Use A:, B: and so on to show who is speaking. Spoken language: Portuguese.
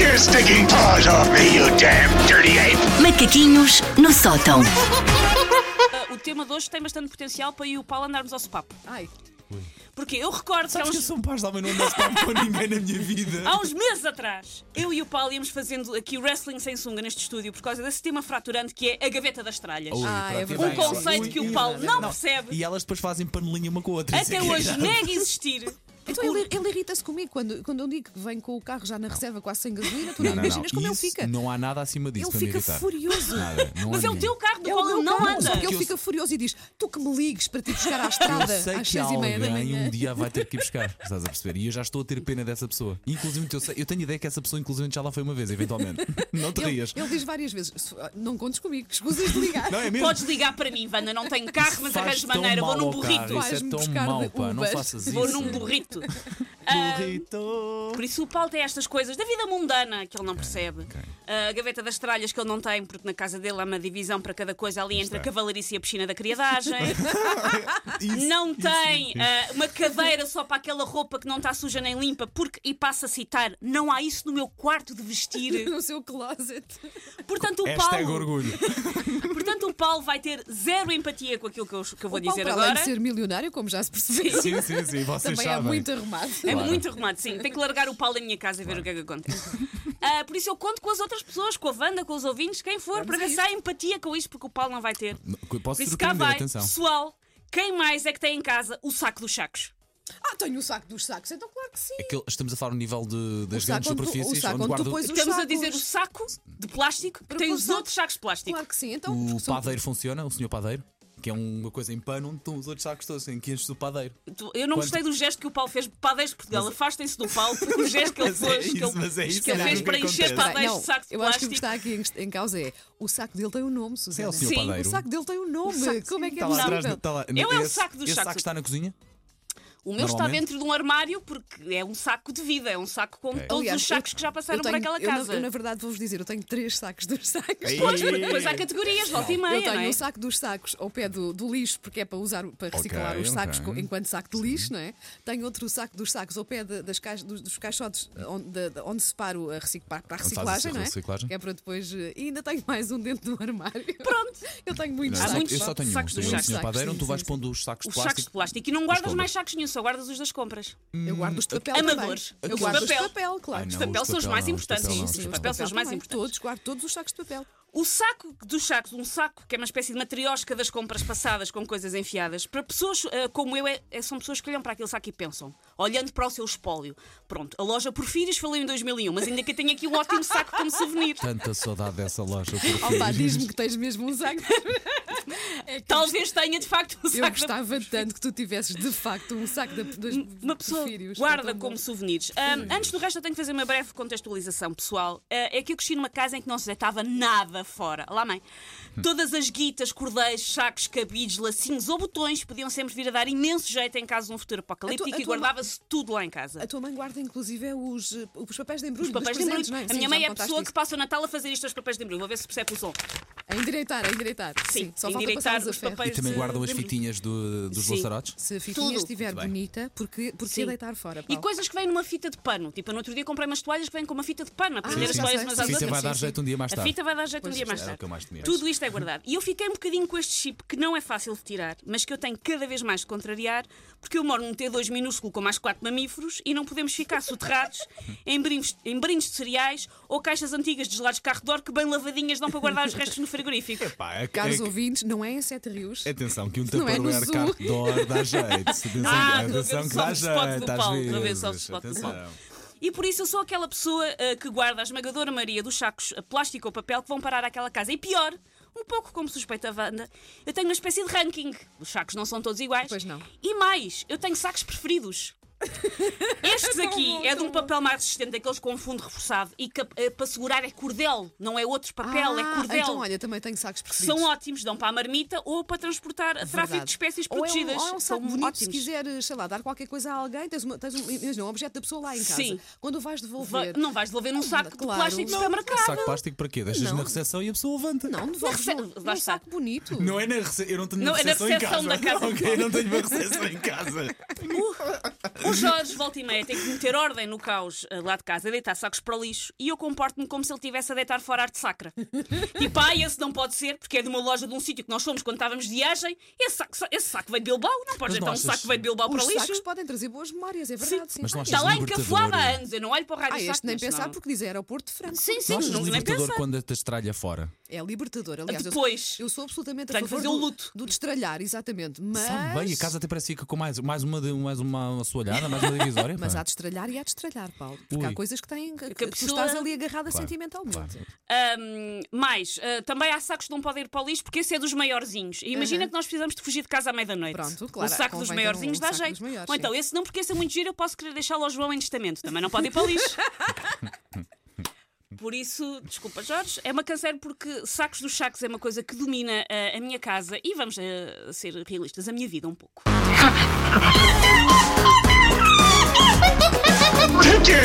A: your stinking paws off me, you damn dirty ape!
B: Macaquinhos no sótão.
C: Ah, o tema de hoje tem bastante potencial para eu e o Paulo andarmos ao sopapo.
D: Ai,
C: Porque eu recordo que há
D: sabes que eu
C: uns,
D: sou um paz de alma e não ando a separar com ninguém na minha vida.
C: há uns meses atrás, eu e o Paulo íamos fazendo aqui wrestling sem sunga neste estúdio por causa desse tema fraturante que é a gaveta das tralhas.
D: Ah, é
C: um
D: verdade.
C: conceito que o Paulo não percebe.
D: E elas depois fazem panelinha uma com a outra. Isso é
C: Até
D: que é
C: hoje né?
D: grave.
C: nega existir.
E: Então ele, ele irrita-se comigo quando, quando eu digo que vem com o carro já na reserva quase sem gasolina, tu nem imaginas como ele
D: Isso,
E: fica.
D: Não há nada acima disso
E: ele
D: para me
E: fica
D: irritar.
E: furioso.
D: Nada, não
C: Mas
D: há
C: é o
D: ninguém.
C: teu carro do
E: É o
C: qual
E: meu
C: ele não
E: carro,
C: anda.
E: só que ele
D: eu
E: fica furioso e diz: Tu que me ligues para te buscar à
D: Eu
E: estrada
D: sei
E: às
D: que
E: seis e meia da
D: alguém
E: manhã.
D: um dia vai ter que ir buscar, estás a perceber? E eu já estou a ter pena dessa pessoa. Inclusive, eu, sei- eu tenho ideia que essa pessoa, inclusive, já lá foi uma vez, eventualmente. Não te
E: Ele,
D: rias.
E: ele diz várias vezes: "Se- ah, Não contes comigo, escusas de ligar.
D: Não é mesmo?
C: Podes ligar para mim, Wanda. Não tenho carro, mas
D: Faz
C: arranjo
D: tão
C: maneira. Vou
D: mal
C: num
D: ao carro,
C: burrito.
D: Isso é
E: Vais-me
D: tão
E: buscar
D: mau,
E: de
D: pá. Não
E: Uber.
D: faças isso.
C: Vou num burrito.
D: burrito.
C: Por isso o Paulo tem estas coisas da vida mundana que ele não percebe. Ah, A gaveta das tralhas que ele não tem, porque na casa dele há uma divisão para cada coisa ali entre a
D: está.
C: cavalarice e a piscina da criadagem.
D: Isso,
C: não
D: isso,
C: tem
D: isso.
C: ah, uma cadeira só para aquela roupa que não está suja nem limpa, porque, e passo a citar, não há isso no meu quarto de vestir.
E: No seu closet.
C: Portanto, o
D: Hashtag
C: Paulo,
D: orgulho.
C: portanto, o Paulo vai ter zero empatia com aquilo que eu, que eu vou
E: O Paulo,
C: dizer
E: para
C: agora.
E: além de ser milionário, como já se percebeu,
D: Sim, sim, sim. Vocês
E: também é
D: sabem.
E: muito arrumado.
C: É
D: Claro.
C: muito arrumado, sim. Tem que largar o Paulo da minha casa e ver o que é que acontece. Ah, por isso eu conto com as outras pessoas, com a Wanda, com os ouvintes, quem for, para ver se há empatia com isto, porque o Paulo não vai ter.
D: Posso
C: Por isso cá
D: surpreender,
C: vai,
D: atenção.
C: pessoal, quem mais é que tem em casa o saco dos sacos?
E: Ah, tenho o saco dos sacos, então claro que sim.
D: Aquele- estamos a falar no nível de, das grandes
E: O saco onde tu- o
D: superfícies
E: saco
D: onde
E: onde tu
D: guarda o-
E: pões os
C: Estamos a
E: sacos.
C: dizer o saco de plástico que tem
E: com
C: os
E: sacos.
C: outros sacos de plástico.
E: Claro que sim, então.
D: o
E: porque são-
D: padeiro funciona, o senhor padeiro, que é uma coisa em pano onde estão os outros sacos todos, em que enches o padeiro.
C: Tu- Eu não
D: Quando-
C: gostei do gesto que o Paulo fez, padeiros de Portugal, afastem-se do Paulo, porque o gesto que ele
D: é- Mas é
C: fez, que
D: isso, mas é
C: ele,
D: isso
C: que ele
D: mesmo
C: fez
D: que
C: para encher
D: acontece.
E: Bem,
C: padeiros
E: não,
C: de sacos de
E: eu acho que o que
C: plástico.
E: está aqui em, em causa é o saco dele tem um nome, Susana.
D: senhor
C: Sim,
E: o
D: padeiro.
E: saco dele tem um nome.
C: saco,
E: Como é
C: sim,
E: que
C: está
E: é
C: Tá lá
E: possível?
D: está lá-
C: Eu é o
D: esse-
C: saco dos
D: Esse
C: sacos.
D: saco está na cozinha?
C: O meu está
D: Normalmente.
C: dentro de um armário porque é um saco de vida, é um saco com todos
E: Aliás,
C: os sacos
E: eu-
C: que já passaram
E: eu tenho-
C: por aquela
E: eu na-
C: casa.
E: Eu, na verdade, vou-vos dizer, eu tenho três sacos dos sacos.
C: Pois, porque depois há categorias, volta e meia,
E: Eu tenho
D: um
C: não é?
E: o saco dos sacos ao pé do, do lixo, porque é para usar para reciclar
D: Ok,
E: os sacos
D: ok.
E: co- enquanto saco de lixo, não é? Tenho outro saco dos sacos ao pé de- das caix- dos, dos caixotes onde, de- de- onde separo a recic- para, para a
D: Onde fazes a
E: reciclagem, não é?
D: reciclagem.
E: Que é para depois. eh, E ainda tenho mais um dentro do armário.
C: Pronto.
E: Eu tenho muitos
C: Há
D: Não,
E: sacos.
C: muitos
D: eu só tenho
C: sacos dos
D: um, tenho um
C: sacos.
D: senhor padeiro
E: Sim,
D: onde tu
E: sim,
D: vais
E: sim.
D: pondo os sacos de
C: Os sacos
D: plástico.
C: de plástico. E não guardas
D: compras.
C: mais sacos nenhum, só guardas os das compras.
E: Eu guardo os de papel
C: Hum, Amadores.
E: também. Eu
C: Aqueles-
E: guardo os de
C: papel.
E: papel, claro.
D: Ai,
C: Os
D: não,
C: de papel
D: os
C: são os
D: papel
C: mais
D: não, os
C: importantes.
D: papel não,
C: Sim,
D: os
C: sim, os
D: papel
C: papel são os mais
E: também.
C: importantes.
E: Todos, guardo todos os sacos de papel.
C: O saco dos sacos, um saco que é uma espécie de matriosca das compras passadas com coisas enfiadas, para pessoas eh, como eu, é- é- são pessoas que olham para aquele saco e pensam, olhando para o seu espólio. Pronto, a loja Porfírios falei em 2001, mas ainda que eu tenho aqui um ótimo saco como souvenir.
D: Tanta saudade dessa loja.
E: Opa,
D: porquê?
E: diz-me que tens mesmo um saco.
C: Talvez tenha de facto um
E: Eu
C: saco da
E: gostava tanto que tu tivesses de facto um saco de, dos Então,
C: uma pessoa
E: porfírios. Está
C: guarda
E: é tão
C: como
E: bom.
C: souvenirs. Ahm, antes do resto, eu tenho que fazer uma breve contextualização pessoal. Ah, é que eu cresci numa casa em que não se deitava nada fora. Lá, mãe.
E: Hum.
C: Todas as guitas, cordéis, sacos, cabides, lacinhos ou botões podiam sempre vir a dar imenso jeito em caso de um futuro apocalíptico
E: A tua- a
C: e
E: tua mãe-
C: guardava-se tudo lá em casa.
E: A tua mãe guarda inclusive é os, eh, os papéis de embrulho.
C: Os papéis de
E: dos
C: embrulho.
E: presentes, não
C: A
E: Sim,
C: minha
E: já
C: mãe é a
E: me
C: pessoa
E: contaste
C: que passa o Natal a fazer isto aos papéis de embrulho. Vou ver se percebe o som.
E: isso. A endireitar, a endireitar.
C: Sim,
E: só
C: a
E: falta
C: endireitar
E: passarmos a
C: os
E: ferro.
C: papéis.
D: E também
C: de-
D: guardam as
C: de-
D: fitinhas do- dos
C: Sim.
D: laçarotes?
E: Se a fitinha
C: Tudo.
E: estiver
D: Muito bem.
E: bonita, porque, porque
C: Sim.
E: a deitar fora.
C: E
E: Paulo.
C: coisas que vêm numa fita de pano. Tipo, no outro dia comprei umas toalhas que vêm com uma fita de pano. A prender
E: Ah, sim,
C: as toalhas
E: sim,
C: umas
E: sim,
D: A
C: às
E: sim,
D: fita
C: outras.
D: vai dar jeito um dia mais
C: A
D: tarde.
C: fita vai dar jeito um dia mais
D: era
C: tarde.
D: o que eu mais temia.
C: Tudo isto é guardado. E eu fiquei um bocadinho com este chip que não é fácil de tirar, mas que eu tenho cada vez mais de contrariar, porque eu moro num T2 minúsculo com mais quatro mamíferos e não podemos ficar soterrados em brindes, em brindes de cereais ou caixas antigas de gelados de carro de dor que bem lavadinhas dão para guardar os restos no frigorífico.
D: Pá, é-
E: Caros
D: é-
E: ouvintes, não é em Sete Rios.
D: Atenção, que um
E: Não é no
D: Tupperware
E: zoo.
D: Cardor dá jeito. Atenção,
C: Ah, estou a ver
D: atenção
C: o
D: que dá
C: soft spot do
D: jeito. às
C: Paulo, estou a ver o
D: vezes.
C: soft spot do
D: Atenção.
C: Paulo. E por isso eu sou aquela pessoa ah, que guarda a esmagadora maioria dos sacos a plástico ou papel que vão parar àquela casa. E pior, um pouco como suspeita a Wanda, eu tenho uma espécie de ranking. Os sacos não são todos iguais.
E: Pois não.
C: E mais, eu tenho sacos preferidos. Estes aqui é de um papel mais resistente, daqueles com um fundo reforçado e que ah, para segurar é cordel, não é outro papel, é
E: Ah,
C: cordel.
E: Então, olha, também tenho sacos
C: que
E: preferidos.
C: são ótimos, dão para a marmita ou para transportar a tráfico
E: Verdade.
C: de espécies
E: Ou é um-
C: protegidas.
E: Ou é um,
C: são
E: saco bonito, se
C: ótimos.
E: quiseres, sei lá, dar qualquer coisa a alguém, tens, uma, tens um, imagina, um objeto da pessoa lá em casa.
C: Sim.
E: Quando o vais
C: Vai-
E: devolver.
C: não vais devolver num saco de
E: Claro.
C: plástico de
E: Não.
C: supermercado.
D: Saco plástico para quê? Deixas
E: Não.
D: na recepção e a pessoa levanta.
E: Não, devolves
C: rece-
E: um,
C: lá
E: um
C: está.
E: saco bonito.
D: Não é na recepção. Eu não tenho
C: Não,
D: uma
C: é na
D: recepção em
C: recepção
D: casa.
C: da casa.
D: Ok, eu não tenho uma recepção em casa.
C: O- Jorge, volta e meia, tem que meter ordem no caos ah, lá de casa, a deitar sacos para o lixo e eu comporto-me como se ele estivesse a deitar fora arte sacra. Tipo, ah, esse não pode ser, porque é de uma loja de um sítio que nós fomos quando estávamos de viagem. Esse saco, esse saco vem de Bilbao, não podes
D: Mas não
C: deitar um
D: achas-
C: saco que vem de Bilbao para o
E: Os
C: lixo.
E: sacos podem trazer boas memórias, é verdade. Sim.
D: Mas não
E: Ah,
D: achas
C: Está lá
D: libertador.
C: encafuada há anos, eu não olho para o rádio
E: Ah, este
C: saco,
E: nem
C: mas
E: pensar
C: não.
E: porque diz aeroporto de França.
C: Sim, sim,
D: Não achas
C: não, nem
D: libertador
C: pensar.
D: quando te estralha fora?
E: É libertador, aliás. eu-
C: Depois.
E: Eu sou absolutamente a
C: Tenho que
E: favor
C: fazer o
E: do,
C: luto.
E: do destralhar, exatamente. Mas,
C: Ah,
D: Sabe bem, a casa até parece que fica com mais, mais, uma, de- mais uma, uma soalhada, mais uma divisória.
E: mas
D: pá.
E: há de destralhar e há de destralhar, Paulo. Porque
D: Ui.
E: há coisas que têm que,
C: Que a
E: tu
C: pessoa-
E: estás ali agarrada sentimentalmente.
C: Ahm, mais, ah, também há sacos que não podem ir para o lixo porque esse é dos maiorzinhos. E imagina
E: Aham.
C: que nós precisamos de fugir de casa à meia-noite.
E: Pronto,
C: O
E: claro,
C: saco dos
E: convém ter
C: maiorzinhos
E: um
C: dá
E: saco
C: jeito.
E: dos maiores,
C: Ou então,
E: sim.
C: esse não porque esse é muito giro, eu posso querer deixá-lo ao João em testamento. Também não pode ir para o lixo. Por isso, desculpa, Jorge, é uma canseira porque sacos dos sacos é uma coisa que domina ah, a minha casa e vamos ah, ser realistas, a minha vida um pouco.
A: Take your